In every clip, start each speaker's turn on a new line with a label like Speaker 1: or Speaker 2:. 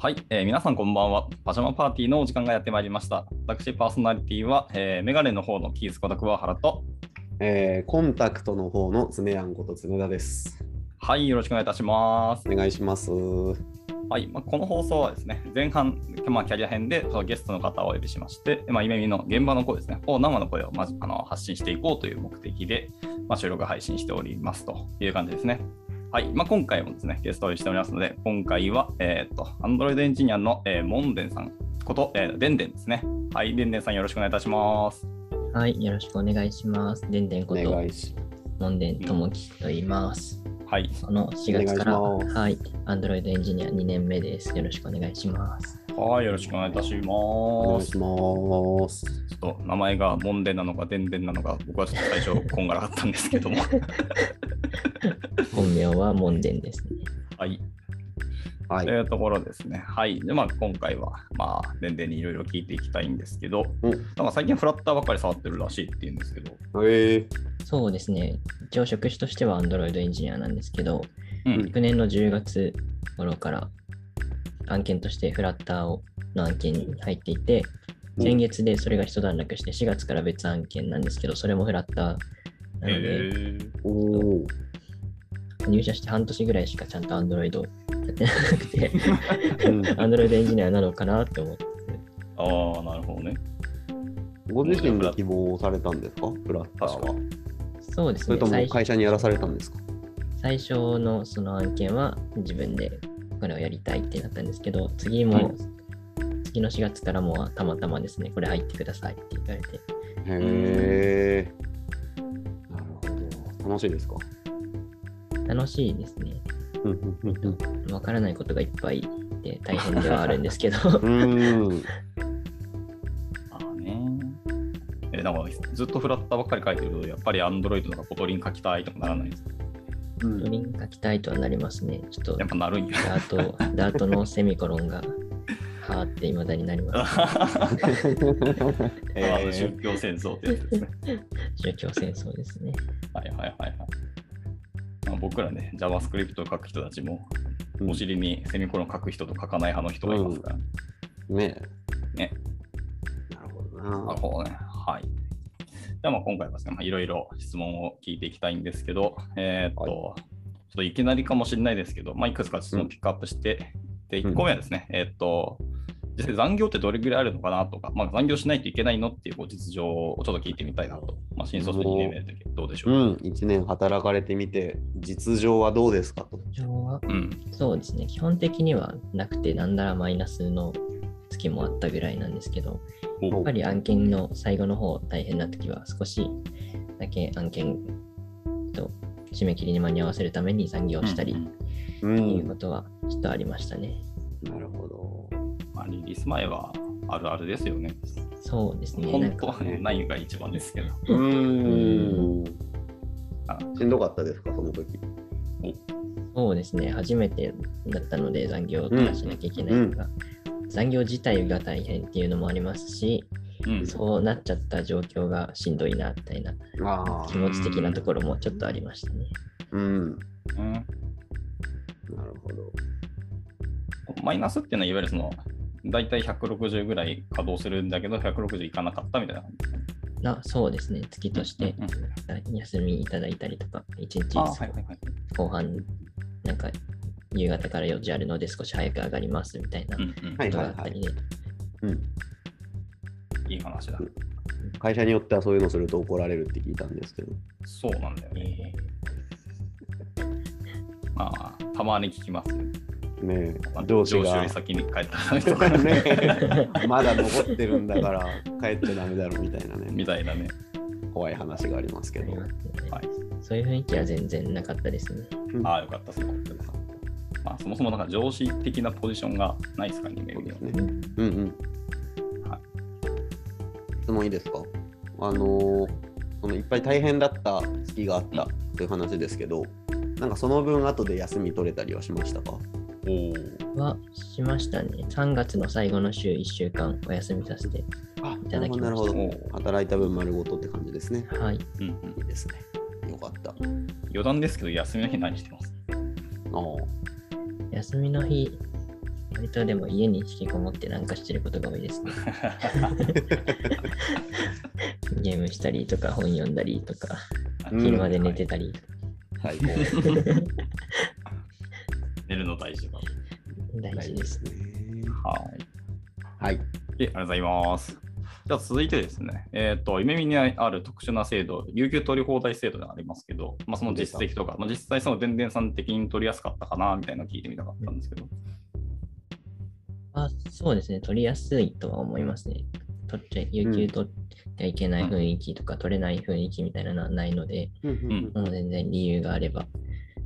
Speaker 1: はい、えー皆さんこんばんは。パジャマパーティーのお時間がやってまいりました。私、パーソナリティは、えーメガネの方のキースこと桑原と、
Speaker 2: えーコンタクトの方の爪やんこと爪田です。
Speaker 1: はい、よろしくお願いいたします
Speaker 2: お。願いします。
Speaker 1: はい、まあ、この放送はですね、前半、まあ、キャリア編でそのゲストの方をお呼びしまして、まあ、夢見の現場の声ですね、を生の声を、まずあの発信していこうという目的で、まあ、収録配信しておりますという感じですね。はい、まあ、今回もですね、ゲストをお呼びしておりますので、今回は、えーっと、Android エンジニアの、えーモンデンさんこと、えー、デンデンですね。はい、デンデンさんよろしくお願いいたします。
Speaker 3: はい、よろしくお願いします。でんでん
Speaker 2: お
Speaker 3: こと
Speaker 2: 願、いし
Speaker 3: もんでんともきと言います。
Speaker 1: はい、
Speaker 3: この4月から、
Speaker 2: お願いします
Speaker 3: はい、Android エンジニア2年目です。よろしくお願いします。
Speaker 1: はい、よろしくお願いいたし
Speaker 2: お
Speaker 1: ま
Speaker 2: 願い
Speaker 1: す
Speaker 2: し。ます。
Speaker 1: ちょっと名前がモンデンなのかデンデンなのか、僕はちょっと最初、こんがらかったんです けども。
Speaker 3: 本名はもんでんですね。
Speaker 1: はい、
Speaker 2: はい
Speaker 1: と。いうところですね。はい。で、まあ、今回は、まあ、年齢にいろいろ聞いていきたいんですけど、
Speaker 2: お
Speaker 1: なんか最近フラッターばっかり触ってるらしいっていうんですけど、
Speaker 2: えー、
Speaker 3: そうですね。一応職種としては Android エンジニアなんですけど、
Speaker 1: うん。
Speaker 3: 昨年の10月頃から案件としてフラッターをの案件に入ってい
Speaker 2: う
Speaker 3: て、
Speaker 2: ん
Speaker 3: 先月でそれが一段落して4月から別案件なんですけど、それもフラッター
Speaker 1: え
Speaker 3: なので、
Speaker 1: ー
Speaker 2: おお。
Speaker 3: 入社して半年ぐらいしかちゃんと Android をやってなくて、
Speaker 2: うん、
Speaker 3: Android エンジニアなのかなって思って。
Speaker 1: ああ、なるほどね。
Speaker 2: ご自身で希望されたんですかフラッターは。
Speaker 3: そうです
Speaker 2: そ
Speaker 3: ね
Speaker 2: れとも
Speaker 3: 最
Speaker 2: 会社にやらされたんですか
Speaker 3: 最初のその案件は自分でこれをやりたいってなったんですけど、次も、
Speaker 2: はい
Speaker 3: 次の4月からもはたまたまですね、これ入ってくださいって言われて、
Speaker 2: へえ。なるほど。楽しいです か
Speaker 3: 楽しいですね。
Speaker 2: うんうんうんうん
Speaker 3: わからないことがいっぱいで大変ではあるんですけど、
Speaker 2: うーん。
Speaker 1: ああね。えー、なんかずっとフラッターばっかり書いてると、やっぱり Android とかコトリン書きたいとかならないですか
Speaker 2: うん
Speaker 3: リンク書きたいとはなりますね。ちょっと
Speaker 1: やっぱなるんや。
Speaker 3: ダート、ダートのセミコロンが、はーって未だになります。
Speaker 1: え ーあの宗教戦争ってやつですね。
Speaker 3: 宗教戦争ですね。
Speaker 1: はいはいはいはい。まあ、僕らね、JavaScript を書く人たちも、お尻にセミコロン書く人と書かない派の人がいますから、
Speaker 2: ねえ。
Speaker 1: ね。
Speaker 2: なるほど
Speaker 1: な
Speaker 2: な
Speaker 1: る。ほどね。はい。じゃあ、まあ今回はですね、まあいろいろ質問を聞いていきたいんですけど、えーっと、
Speaker 2: はい
Speaker 1: い、ちょっといきなりかもしれないですけど、まあ、いくつか質問をピックアップして、で、1個目はですね、えーっと、実際残業ってどれぐらいあるのかなとか、まあ、残業しないといけないのっていうご実情をちょっと聞いてみたいなと、まあ、新卒2年目の時どうでしょ
Speaker 2: う
Speaker 1: うか。
Speaker 2: ん、1年働かれてみて、実情はどうですかと。
Speaker 3: 今日は
Speaker 1: うん。
Speaker 3: そうですね、基本的にはなくて、なんならマイナスの月もあったぐらいなんですけど、
Speaker 1: お
Speaker 3: やっぱり案件の最後の方大変な時は少しだけ案件と締め切りに間に合わせるために残業したり
Speaker 1: うん
Speaker 3: っ
Speaker 2: う
Speaker 3: ていうんこ、とはちょっとありましたね。
Speaker 2: なるほ
Speaker 1: まあ、リリース前はあるあるですよね。
Speaker 3: そうですね、な
Speaker 1: 本
Speaker 3: ん
Speaker 1: 当
Speaker 3: か
Speaker 1: はねないが一番ですけど。
Speaker 2: ど。うーん。
Speaker 1: あ
Speaker 2: しんどかったですか、その時。
Speaker 3: そうですね、初めてだったので残業をからしなきゃいけないとか、残業自体が大変っていうのもありますし、
Speaker 1: うん
Speaker 3: そうなっちゃった状況がしんどいなみたいな
Speaker 2: ああ
Speaker 3: 気持ち的なところもちょっとありましたね。
Speaker 2: うん。な
Speaker 1: うん
Speaker 2: るほど。
Speaker 1: マイナスっていうのは、いわゆるその、大体160ぐらい稼働するんだけど、160いかなかったみたいな感じ
Speaker 3: なそうですね、月として
Speaker 1: うんうん
Speaker 3: 休みいただいたりとか、1日
Speaker 1: あーはいはいはい。
Speaker 3: 後半、なんか夕方から4時あるので少し早く上がりますみたいな
Speaker 1: う
Speaker 3: こ
Speaker 1: んうん
Speaker 2: はい
Speaker 3: とがあったりで、
Speaker 2: うん。
Speaker 1: いい話だ。
Speaker 2: 会社によってはそういうのすると怒られるって聞いたんですけど。
Speaker 1: そうなんだよね。
Speaker 3: え
Speaker 1: まあ、たまに聞きますよ。
Speaker 2: ね
Speaker 1: まあ
Speaker 2: え、上司
Speaker 1: よ
Speaker 2: が
Speaker 1: り。先に帰った人か
Speaker 2: ねえまだ残ってるんだから帰っちゃダメだろみたいなね
Speaker 1: みたいなね。
Speaker 2: 怖い話がありますけ
Speaker 3: ーあ
Speaker 2: ど
Speaker 3: りますね
Speaker 1: はい
Speaker 3: そういう雰囲気は全然なかったですね。
Speaker 1: ああ、よかった、そういうことですまあ、そもそもなんか上司的なポジションがないですからね、メ
Speaker 2: そう
Speaker 1: グに
Speaker 2: で
Speaker 1: は
Speaker 2: すねうんうん。
Speaker 1: はい
Speaker 2: 質問いいですかあのーそのいっぱい大変だった月があったという話ですけど、なんかその分後で休み取れたりはしましたか
Speaker 1: おお。
Speaker 3: はしましたね。3月の最後の週1週間お休みさせて、
Speaker 2: あ
Speaker 3: いただきました
Speaker 2: なるほどな
Speaker 1: お
Speaker 2: るほど。働いた分丸ごとって感じですね。
Speaker 3: はい、
Speaker 1: うんうん
Speaker 2: いいですね。よかった。あ
Speaker 1: 余談ですけど、休みの日何してます
Speaker 2: あ。
Speaker 3: 休みの日、割とでも家に引きこもってなんかしてることが多いですね。ゲームしたりとか本読んだりとか、
Speaker 2: うん
Speaker 3: 昼まで寝てたり、
Speaker 2: はい、
Speaker 1: 寝るの大事だ。
Speaker 3: 大事です。
Speaker 1: はい。
Speaker 2: はい。
Speaker 1: えありがとうございます。じゃあ続いてですね、えっ、と、夢見にある特殊な制度、有給取り放題制度がありますけど、まあ、その実績とか、まあ、実際その電電さん的に取りやすかったかなみたいなのを聞いてみたかったんですけど、
Speaker 3: まあ、そうですね、取りやすいとは思いますね。取っちゃ有給取ってはいけない雰囲気とか、取れない雰囲気みたいなのはないので、
Speaker 2: うん
Speaker 3: もう全然理由があれば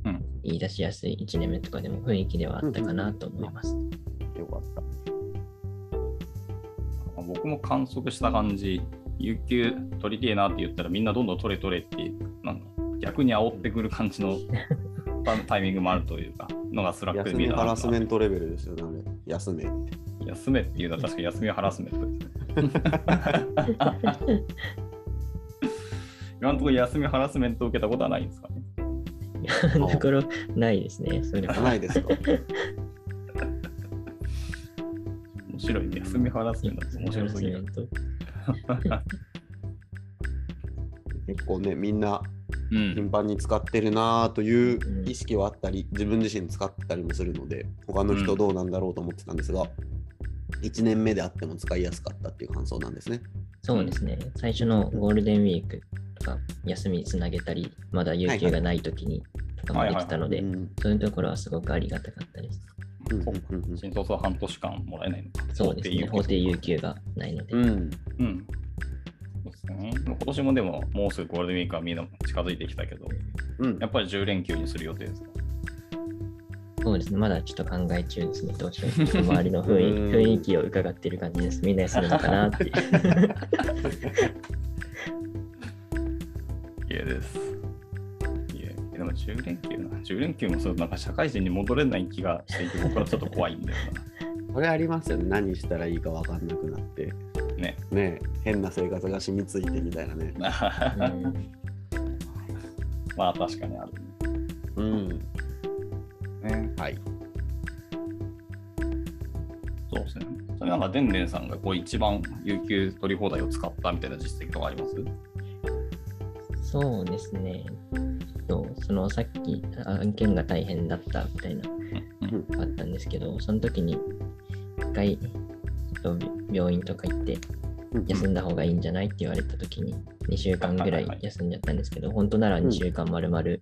Speaker 1: うん、
Speaker 3: 言い出しやすい1年目とかでも雰囲気ではあったかなと思います。
Speaker 2: よかった。
Speaker 1: まあ僕も観測した感じ、有給取りてえなって言ったら、みんなどんどん取れ取れって、なんか逆に煽ってくる感じ のタタイミングもあるというか、のがスラックで
Speaker 2: 休
Speaker 1: 見え
Speaker 2: み
Speaker 1: た
Speaker 2: ハ
Speaker 1: な
Speaker 2: ラスメントレベルですよね、あれ休め。
Speaker 1: 休めっていうのは確かに休みはハラスメントですね。 今のところ休みハラスメントを受けたことはないんですかね。
Speaker 3: 今のところないですね、それは。
Speaker 2: ない ですか
Speaker 1: 面白いね。休みハラスメントって面白すぎる。
Speaker 2: 結構ね、みんな
Speaker 1: うん。
Speaker 2: 頻繁に使ってるなという意識はあったり、自分自身使ったりもするので、他の人どうなんだろうと思ってたんですが、1年目であっても使いやすかったっていう感想なんですね。
Speaker 3: そうですね、最初のゴールデンウィークとか、休みにつなげたり、まだ有給がない時にとかもできたの
Speaker 2: う
Speaker 3: で、
Speaker 2: ん
Speaker 3: そういうところはすごくありがたかったです。
Speaker 2: うん
Speaker 1: そうか新卒は半年間もらえないのか。
Speaker 3: そうですね、法定有
Speaker 1: う。
Speaker 3: 給がないので。
Speaker 2: うん
Speaker 1: うん。そうですね。今年もでも、もうすぐゴールデンウィークはみんな近づいてきたけど、
Speaker 2: うん
Speaker 1: やっぱり10連休にする予定ですか。
Speaker 3: そうですね、まだちょっと考え中ですね、どうしようか。周りの雰囲
Speaker 2: うん
Speaker 3: 雰囲気を伺っている感じです。みんな休むのかなって。
Speaker 1: いやです。いや、でも10連休な。10連休もそう、なんか社会人に戻れない気がしていて、僕はちょっと怖いんだよ
Speaker 2: これありますよね何したらいいか分かんなくなって
Speaker 1: な。ね。
Speaker 2: ね変な生活が染みついてみたいなね
Speaker 3: うん
Speaker 1: まあ、確かにあ
Speaker 2: うん
Speaker 1: るね。
Speaker 2: はい
Speaker 1: そうですね。それなんか、でんでんさんがこう一番有給取り放題を使ったみたいな実績とかあります
Speaker 3: そうですね。とそのさっき案件が大変だったみたいな
Speaker 2: うん
Speaker 3: あったんですけど、その時に一回ちょっと病院とか行って
Speaker 2: うん
Speaker 3: 休んだ方がいいんじゃないって言われた時に2週間ぐらい休んじゃったんですけど、本当なら2週間丸々
Speaker 1: う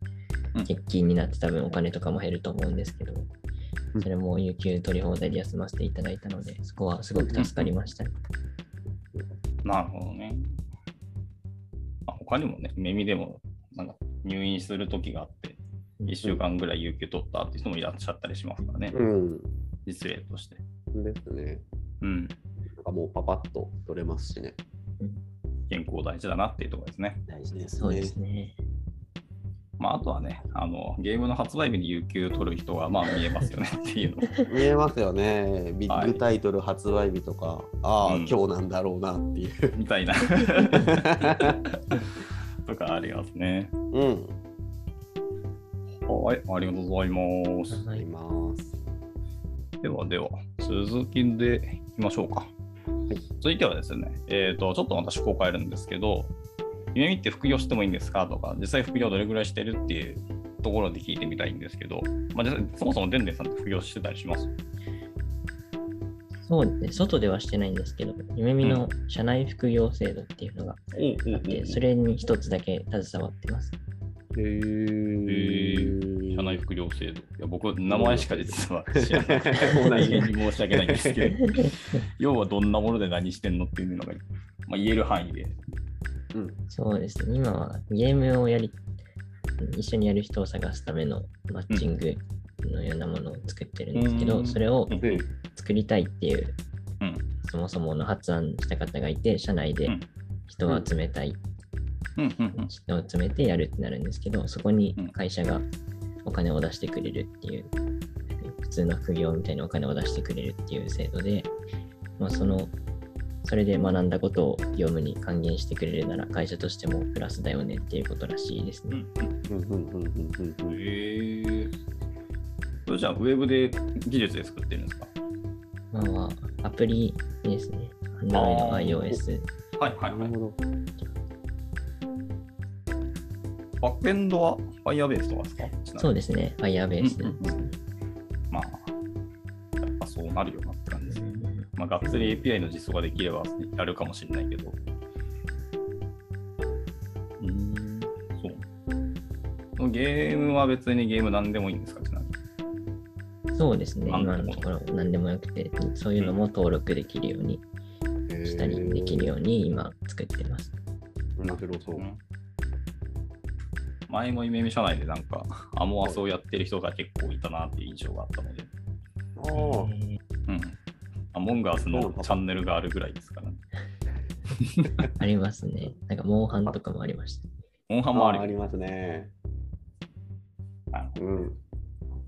Speaker 1: ん
Speaker 3: 欠勤になって多分お金とかも減ると思うんですけど、
Speaker 2: うん
Speaker 3: それも有給取り放題で休ませていただいたので、そこはすごく助かりましたね。
Speaker 1: なるほどね。まあ、他にもね、耳でもなんか入院する時があって、1週間ぐらい有給取ったって人もいらっしゃったりしますからね、
Speaker 2: うん
Speaker 1: 実例として。
Speaker 2: ですね
Speaker 1: うん、
Speaker 2: なんかもうパパッと取れますしね
Speaker 1: 健康大事だなっていうところですね。
Speaker 2: 大事です
Speaker 3: そうですね。
Speaker 1: まあ、あとはねあの、ゲームの発売日に有給取る人がまあ見えますよねっていうの。
Speaker 2: 見えますよねビッ
Speaker 1: はい
Speaker 2: グタイトル発売日とか、ああ、
Speaker 1: うん
Speaker 2: 今日なんだろうなっていう
Speaker 1: みた いなとかありますね。
Speaker 2: うん
Speaker 1: はい、ありがとうございます。
Speaker 2: あ
Speaker 3: はい
Speaker 2: ります
Speaker 1: ではでは、続きでいきましょうか。続いてはですね、えーと、ちょっと私、こう変えるんですけど、夢見って副業してもいいんですかとか、実際副業どれぐらいしてるっていうところで聞いてみたいんですけど、まあ、実際そもそもでんでんさんって副業してたりします
Speaker 3: そうですね、外ではしてないんですけど、夢見の社内副業制度っていうのが
Speaker 1: おお
Speaker 3: あって、それに一つだけ携わってます。
Speaker 2: へえ
Speaker 1: 社内副業制度。いや僕、名前しか実は知らなくて、
Speaker 2: 同
Speaker 1: 大
Speaker 2: じ
Speaker 1: 変に申し訳ないんですけど、要はどんなもので何してんのっていうのが、まあ、言える範囲で。
Speaker 2: うん
Speaker 3: そうですね、今はゲームをやり、一緒にやる人を探すためのマッチングのようなものを作ってるんですけど、
Speaker 1: うん
Speaker 3: それを
Speaker 1: うん
Speaker 2: で
Speaker 3: 作りたいっていう、
Speaker 1: うん
Speaker 3: そもそもの発案した方がいて、社内で
Speaker 1: うん
Speaker 3: 人を集めたい、
Speaker 1: うんうんうん
Speaker 3: 人を集めてやるってなるんですけど、そこに
Speaker 1: うん
Speaker 3: 会社がお金を出してくれるっていう、普通の副業みたいにお金を出してくれるっていう制度で、まあ、その、それで学んだことを業務に還元してくれるなら会社としてもプラスだよねっていうことらしいです
Speaker 1: う
Speaker 3: ね。
Speaker 1: んうん
Speaker 2: うんうんうんうんうんうん
Speaker 1: へえ。それじゃあ、ウェブで技術で作ってるんですか
Speaker 3: 今はアプリですね。
Speaker 1: あー
Speaker 3: Android、iOS。
Speaker 1: はいはい
Speaker 2: な
Speaker 1: は
Speaker 2: る
Speaker 1: い。
Speaker 2: ほど。
Speaker 1: バックエンドは Firebase とかですかちなみに
Speaker 3: そうですね。
Speaker 1: う
Speaker 3: Firebase
Speaker 1: んうんまあ、やっぱそうなるよなって感じですね。まあ、がっつり API の実装ができればやるかもしれないけど。うーん、そう。そのゲームは別にゲームなんでもいいんですかちなみに。
Speaker 3: そうですね。
Speaker 1: あ
Speaker 3: 今のところ何でもよくて、そういうのも登録できるようにしたりできるように今作ってます。
Speaker 2: 面白そう。
Speaker 1: 前も夢見社内でなんか、アモアスをやってる人が結構いたなっていう印象があったので、
Speaker 2: ああ、
Speaker 1: うん。アモンガースのチャンネルがあるぐらいですから、ね。
Speaker 3: ありますね。なんか、モンハンとかもありました。
Speaker 1: モンハンも
Speaker 2: あ
Speaker 1: あ
Speaker 2: あ
Speaker 1: る
Speaker 2: あ
Speaker 1: よ
Speaker 2: りますね。うん。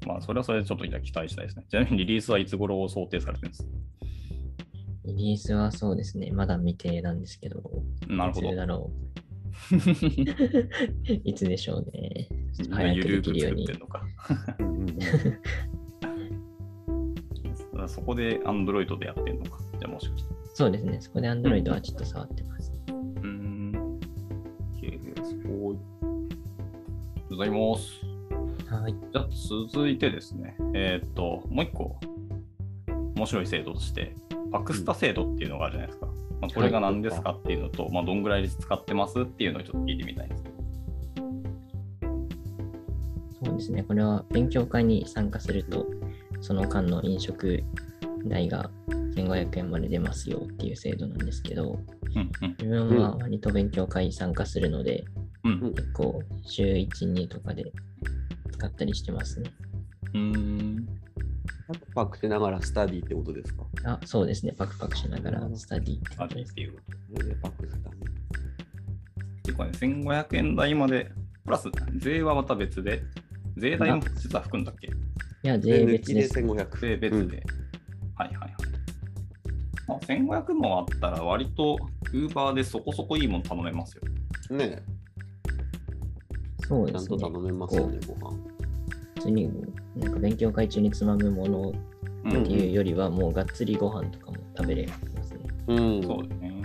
Speaker 1: まあ、それはそれでちょっと期待したいですね。ちなみにリリースはいつ頃を想定されてるんです
Speaker 3: リリースはそうですね。まだ未定なんですけど、
Speaker 1: なるほ
Speaker 3: い
Speaker 1: ど
Speaker 3: つ。だろう。
Speaker 1: み
Speaker 3: いつでしょうね。
Speaker 1: んなゆる
Speaker 3: で
Speaker 1: ー
Speaker 3: き
Speaker 1: く
Speaker 3: るよ
Speaker 1: 作
Speaker 3: う
Speaker 1: っ
Speaker 3: に
Speaker 1: てるのか。
Speaker 2: うんうんうん
Speaker 1: そこで Android でやってるのか。じゃあもしかして。
Speaker 3: そうですね。そこで Android はちょっと触ってます。
Speaker 1: うーん。OK です。おい。ございます。
Speaker 3: はい。
Speaker 1: じゃあ続いてですね。えーっと、もう一個、面白い制度として、パクスタ制度っていうのがあるじゃないですか。まあ、これが何ですかっていうのと、まあ、どんぐらいで使ってますっていうのをちょっと聞いてみたいんですけど。
Speaker 3: そうですね。これは勉強会に参加すると、その間の飲食代が1500円まで出ますよっていう制度なんですけど、
Speaker 1: うんうん
Speaker 3: 自分は割と勉強会に参加するので、
Speaker 1: うん
Speaker 3: 結構週1、2とかで使ったりしてますね。
Speaker 1: うーん。
Speaker 2: パクパクしながらスタディってことですか
Speaker 3: あ、そうですね。パクパクしながらスタディって
Speaker 1: あ
Speaker 3: こ
Speaker 1: る
Speaker 3: とで
Speaker 1: っ
Speaker 3: す。
Speaker 1: ていう。
Speaker 2: それでパクスタね。
Speaker 1: 結構ね、1500円台まで、プラス税はまた別で、税代も実は含んだっけ
Speaker 3: いや、税
Speaker 2: 税抜
Speaker 3: 別
Speaker 2: き
Speaker 3: で。
Speaker 2: です1500。
Speaker 1: 税別で。
Speaker 2: うん
Speaker 1: はいはいはい。まあ、1500もあったら、割と Uber でそこそこいいもの頼めますよ。
Speaker 2: ね
Speaker 3: そう
Speaker 2: え、ち
Speaker 3: で
Speaker 2: ゃん
Speaker 3: す
Speaker 2: と
Speaker 3: ね。
Speaker 2: 頼めますよね、ご飯。
Speaker 3: 普通になんか勉強会中につまむものっ
Speaker 1: う
Speaker 3: ていうよりは、もうがっつりご飯とかも食べれますね。
Speaker 2: うん。
Speaker 1: そうだよね。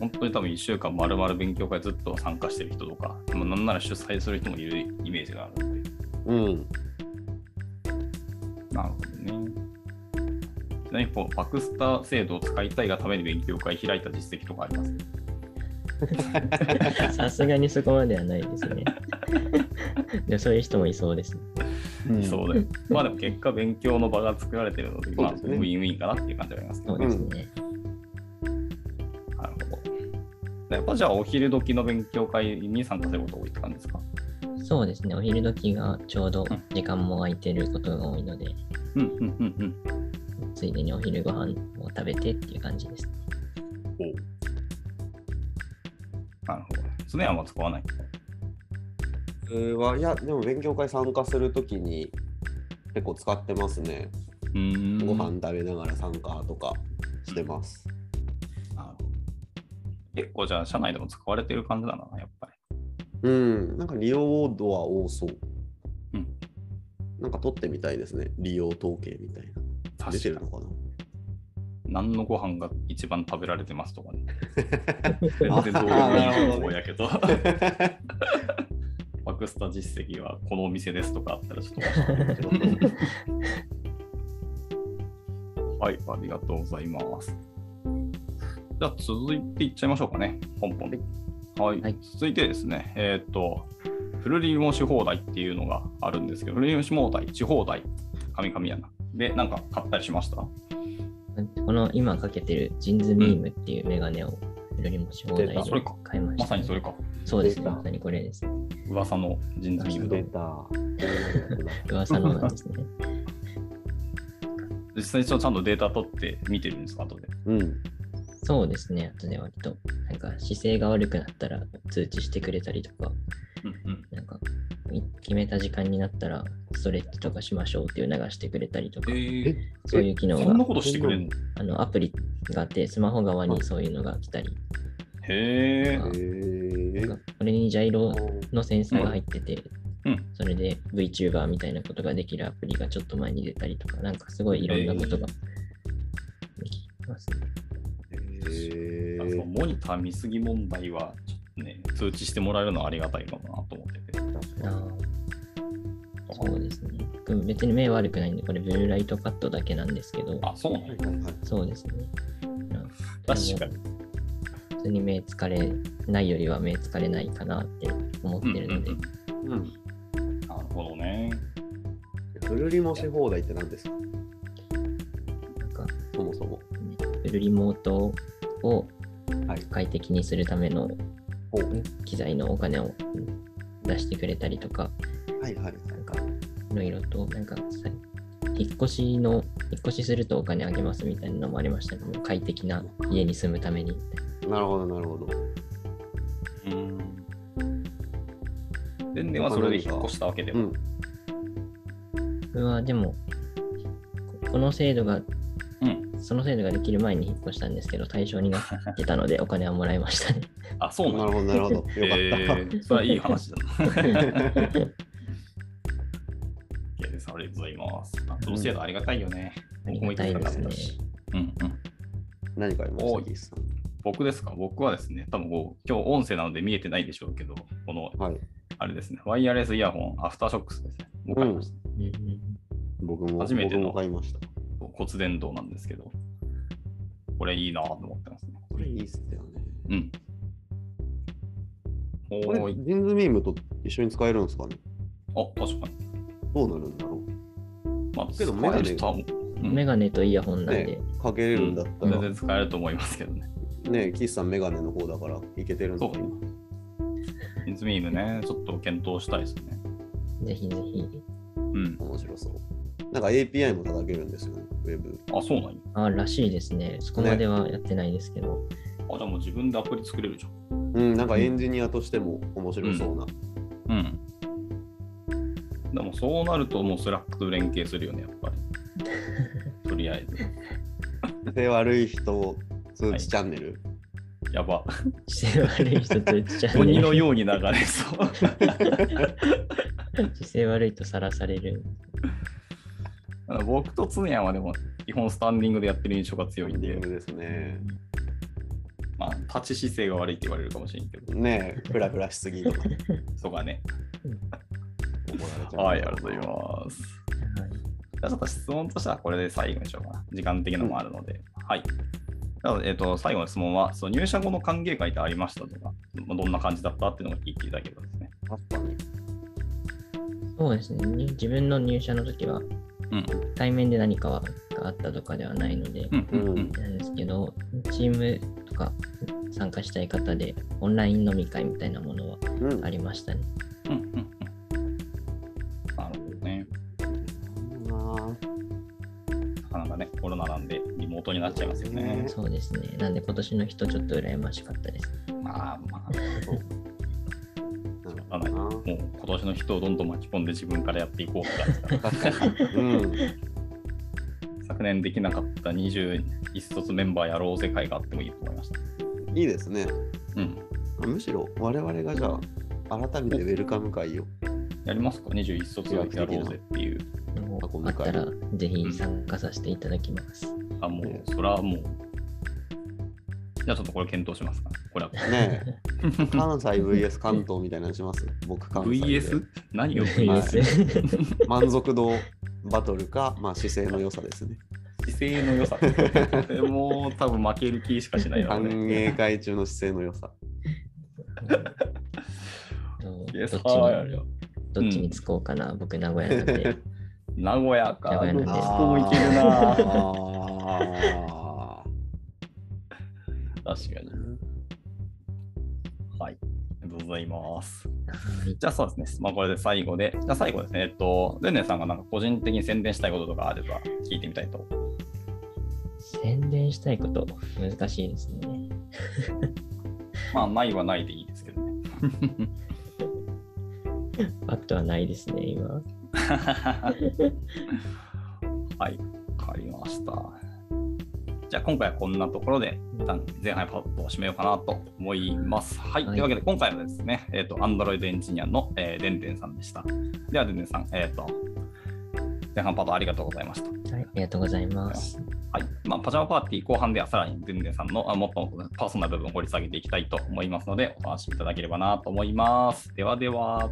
Speaker 1: 本当に多分1週間まるまる勉強会ずっと参加してる人とか、もうなんなら主催する人もいるイメージがあるんで。
Speaker 2: うん。
Speaker 1: なるほどね。ちなみにこう、パクスタ制度を使いたいがために勉強会開いた実績とかあります
Speaker 3: さすがにそこまではないですね。 でもそういう人もいそうです。
Speaker 1: そうだよ。まあでも結果、勉強の場が作られてるので、まあ、ウ
Speaker 2: そうですね
Speaker 1: ィンウィンかなっていう感じがありますけ
Speaker 3: そ
Speaker 1: ど、
Speaker 3: うですね。
Speaker 1: なるほど。やっぱじゃあ、お昼時の勉強会に参加することが多いって感じですか
Speaker 3: そうですね。お昼時がちょうど時間も空いてることが多いので、
Speaker 1: うんうんうんうん。
Speaker 3: ついでにお昼ご飯を食べてっていう感じです。
Speaker 1: なるほど。常はあんま使わない。
Speaker 2: それは、いや、でも勉強会参加するときに結構使ってますね。
Speaker 1: うーん
Speaker 2: ご飯食べながら参加とかしてます。
Speaker 1: なるほど結構じゃあ、社内でも使われてる感じなんだな、やっぱ
Speaker 2: うん。なんか利用度は多そう。
Speaker 1: うん。
Speaker 2: なんか取ってみたいですね。利用統計みたいな。
Speaker 1: り。
Speaker 2: 出て
Speaker 1: 確
Speaker 2: る
Speaker 1: か
Speaker 2: の
Speaker 1: に。
Speaker 2: かな
Speaker 1: 何のご飯が一番食べられてますとか ね。全
Speaker 2: あ
Speaker 1: 然どうで
Speaker 2: あ
Speaker 1: も
Speaker 2: なる
Speaker 1: いい
Speaker 2: ほど
Speaker 1: 方
Speaker 2: ね
Speaker 1: やけ ど。 バクスタ実績はこのお店ですとかあったらちょっと面白いですけど。はい、ありがとうございます。じゃあ続いていっちゃいましょうかね、ポンポン。はい、
Speaker 3: はい
Speaker 1: 続いてですね、えーっと、フルリモし放題っていうのがあるんですけど、フルリモし放題、し放題、神々やな。で、なんか買ったりしました
Speaker 3: この今かけてるジンズビームっていうメガネをよりもし放題で
Speaker 2: 出た
Speaker 1: それか
Speaker 3: 買いました。
Speaker 1: まさにそれか、
Speaker 3: そうですね。
Speaker 2: 出た
Speaker 3: まさにこれです。
Speaker 1: 噂の人材
Speaker 2: 出た。
Speaker 3: 噂のなんですね。
Speaker 1: 実際にちょっとちゃんとデータ取って見てるんですか、後で。
Speaker 2: うん。
Speaker 3: そうですね。あとね、割と、なんか姿勢が悪くなったら通知してくれたりとか、
Speaker 1: うんうん
Speaker 3: なんか、い決めた時間になったら、ストレッチとかしましょうっていう流してくれたりとか、
Speaker 1: え
Speaker 3: そういう機能
Speaker 1: ー、そんな
Speaker 3: が、
Speaker 1: ことしてくれるの
Speaker 3: あのアプリがあって、スマホ側にそういうのが来たり、
Speaker 1: へえ
Speaker 2: え
Speaker 3: なんかこれにジャイロのセンサーが入ってて、
Speaker 1: うん
Speaker 3: それで VTuber みたいなことができるアプリがちょっと前に出たりとか、なんかすごいいろんなことができますね。
Speaker 1: あそのモニター見すぎ問題は、ちょっとね、通知してもらえるのはありがたいかもなと思ってて。
Speaker 3: ああそうですね。僕別に目悪くないんで、これブルーライトカットだけなんですけど、
Speaker 1: あ、そうなの
Speaker 3: そうですね。うん
Speaker 1: 確かに。
Speaker 3: 普通に目疲れないよりは目疲れないかなって思ってるので、
Speaker 1: うんうん
Speaker 2: うん。
Speaker 1: なるほどね。
Speaker 2: フルリモし放題って何ですか
Speaker 3: なんか、
Speaker 2: そもそも。
Speaker 3: ね、フルリモートを
Speaker 2: はい
Speaker 3: 快適にするための
Speaker 2: ほう
Speaker 3: 機材のお金を出してくれたりとか、
Speaker 2: はいはいはい。
Speaker 3: なんかいろいろと、なんかさ引っ越しの、引っ越しするとお金あげますみたいなのもありましたけど、快適な家に住むために。
Speaker 2: なるほどなるほど。
Speaker 1: うん。全然はそれで引っ越したわけで
Speaker 2: う
Speaker 1: も。
Speaker 2: ん。
Speaker 3: 僕はでも、ここの制度が、
Speaker 1: うん。
Speaker 3: その制度ができる前に引っ越したんですけど、対象になってたのでお金はもらい ましたね。
Speaker 1: あ、そうな
Speaker 2: な
Speaker 1: の
Speaker 2: るほどなるほど。よかった。
Speaker 1: えー、それはいい話 だな。OK です。ありがとうございます。あこの制度ありがたいよね。
Speaker 3: あり
Speaker 1: 僕も
Speaker 3: が
Speaker 1: 行き
Speaker 3: たい
Speaker 1: た
Speaker 3: で
Speaker 1: かっ
Speaker 3: す
Speaker 1: た
Speaker 3: ね。
Speaker 1: し。うんうん。
Speaker 2: 何かありましたギースさ
Speaker 1: 僕ですか僕はですね、多分こう今日音声なので見えてないでしょうけど、この
Speaker 2: ん。はい。
Speaker 1: あれですね、ワイヤレスイヤホン、アフターショックスですね。僕買いました。
Speaker 2: 僕も
Speaker 1: 初めて
Speaker 2: 僕
Speaker 1: の
Speaker 2: も買いました。
Speaker 1: 骨伝導なんですけど、これいいなと思ってますね。
Speaker 2: これいいっすよね。
Speaker 1: うん。
Speaker 2: こ
Speaker 1: お
Speaker 2: れ
Speaker 1: ーい、
Speaker 2: ジンズミームと一緒に使えるんですかね
Speaker 1: あ、確かに。
Speaker 2: どうなるんだろ
Speaker 1: まあ、
Speaker 2: け
Speaker 1: 使え
Speaker 2: ど
Speaker 1: る
Speaker 2: メガネ
Speaker 1: 人はもう
Speaker 3: う
Speaker 1: うん
Speaker 3: んメガネとイヤホン
Speaker 2: う
Speaker 3: なんで
Speaker 2: ね、かけれるんだった
Speaker 1: うん
Speaker 2: ら、
Speaker 1: 全然使えると思いますけどね。
Speaker 2: ね岸さんメガネの方だからいけてるんだ
Speaker 1: そう
Speaker 2: 今。
Speaker 1: イズミームね、ちょっと検討したいですね。
Speaker 3: ぜひぜひ。
Speaker 1: うん。
Speaker 2: 面白そう。なんか API も叩けるんですよね、ウェブ。
Speaker 1: あ、そうなんや。
Speaker 3: あらしいですね。そこまではやってないですけど。
Speaker 1: あ、じゃあもう自分でアプリ作れるじゃん。
Speaker 2: うん、なんかエンジニアとしても面白そうな。
Speaker 1: うん。でもそうなるともうスラックと連携するよね、やっぱ り。とりあえず。
Speaker 2: で、悪い人通知チャンネル。
Speaker 1: やば。
Speaker 3: 姿勢悪い人とちゃう
Speaker 1: 鬼
Speaker 3: ね
Speaker 1: のように流れ そう。
Speaker 3: 姿勢悪いとさらされる。
Speaker 1: あの僕とつねやんはでも基本スタンディングでやってる印象が強いん
Speaker 2: ディ
Speaker 1: で
Speaker 2: ン、グですね。
Speaker 1: まあ、立ち姿勢が悪いって言われるかもしれんけど、
Speaker 2: ねえ、フラフラしすぎとか怒られ
Speaker 1: そこはね。
Speaker 2: ちゃ う。
Speaker 1: はい、ありがとうございます。
Speaker 3: はい
Speaker 1: じゃあちょっと質問としてはこれで最後にしようかな。時間的なのもあるので。はい。なので、えっと最後の質問は、その入社後の歓迎会ってありましたとか、まあどんな感じだったっていうのを聞いていただければですね。
Speaker 2: 確かに。
Speaker 3: そうですね。自分の入社の時は、
Speaker 1: うん
Speaker 3: 対面で何かはがあったとかではないので、
Speaker 1: うんうんうん。
Speaker 3: なんですけど、チームとか参加したい方で、オンライン飲み会みたいなものは
Speaker 2: うん
Speaker 3: ありましたね。
Speaker 1: うんうんうんなるほどね。
Speaker 2: あ
Speaker 1: なかなかね、コロナなんでリモートになっちゃいますよね。
Speaker 3: そうですね。なんで今年の人ちょっと羨ましかったです。
Speaker 1: まあまあ、
Speaker 2: ーなるほど
Speaker 1: もう今年の人をどんどん巻き込んで自分からやっていこうとかですから、
Speaker 2: な。確かに。うん。
Speaker 1: 昨年できなかった21卒メンバーやろう世界があってもいいと思いました。
Speaker 2: いいですね。
Speaker 1: うん。
Speaker 2: むしろ我々がじゃあ改めてウェルカム会を。
Speaker 1: やりますか ?21 卒やろうぜっていう。
Speaker 3: も
Speaker 2: あご
Speaker 3: うあ
Speaker 2: め
Speaker 3: っ
Speaker 2: んかい
Speaker 3: たら、ぜひ参加させていただきます。
Speaker 1: あ、もう、それはもう。じゃあちょっとこれ検討しますか、これは。
Speaker 2: ねえ関西 VS 関東みたいなのします僕関西で
Speaker 1: VS? 何を
Speaker 3: VS
Speaker 2: 満足度バトルか、まあ、姿勢の良さですね。
Speaker 1: 姿勢の良さ。もう多分負ける気しかしない
Speaker 2: 歓
Speaker 1: ので。
Speaker 2: 迎会中の姿勢の 良さ。
Speaker 3: うん
Speaker 1: イエス
Speaker 3: どっち
Speaker 1: はいある
Speaker 3: に
Speaker 1: よ
Speaker 3: どっちにつこうかな、僕名古屋な んで。
Speaker 1: 名古屋か。
Speaker 3: 名古屋なんで
Speaker 1: どっ
Speaker 3: あ
Speaker 1: ちともいけるな。確
Speaker 2: あ
Speaker 1: かに。
Speaker 2: ー
Speaker 1: はい。ありがとうございます。
Speaker 3: はい
Speaker 1: じゃあそうですね、まあ、これで最後で、じゃあ最後ですね、えっと、ゼンネさんがなんか個人的に宣伝したいこととかあれば聞いてみたいと。
Speaker 3: 宣伝したいこと、難しいですね。
Speaker 1: まあ、ないはないでいいですけど ね。
Speaker 3: パッとはないですね、今。
Speaker 1: はい、わかりました。じじゃあ今回はこんなところで、一旦前半パッと締めようかなと思います。はい。
Speaker 3: は
Speaker 1: と
Speaker 3: い
Speaker 1: いうわけで、今回はですね、えっ、と、アンドロイドエンジニアの、えー、でんでんさんでした。では、でんでんさん、えっ、と、前半パートありがとうございました。
Speaker 3: はい、ありがとうございます。
Speaker 1: はいまあ、パジャマパーティー後半ではさらにでんでんさんのあもっとパーソナルな部分を掘り下げていきたいと思いますので、お楽しみいただければなと思います。ではでは。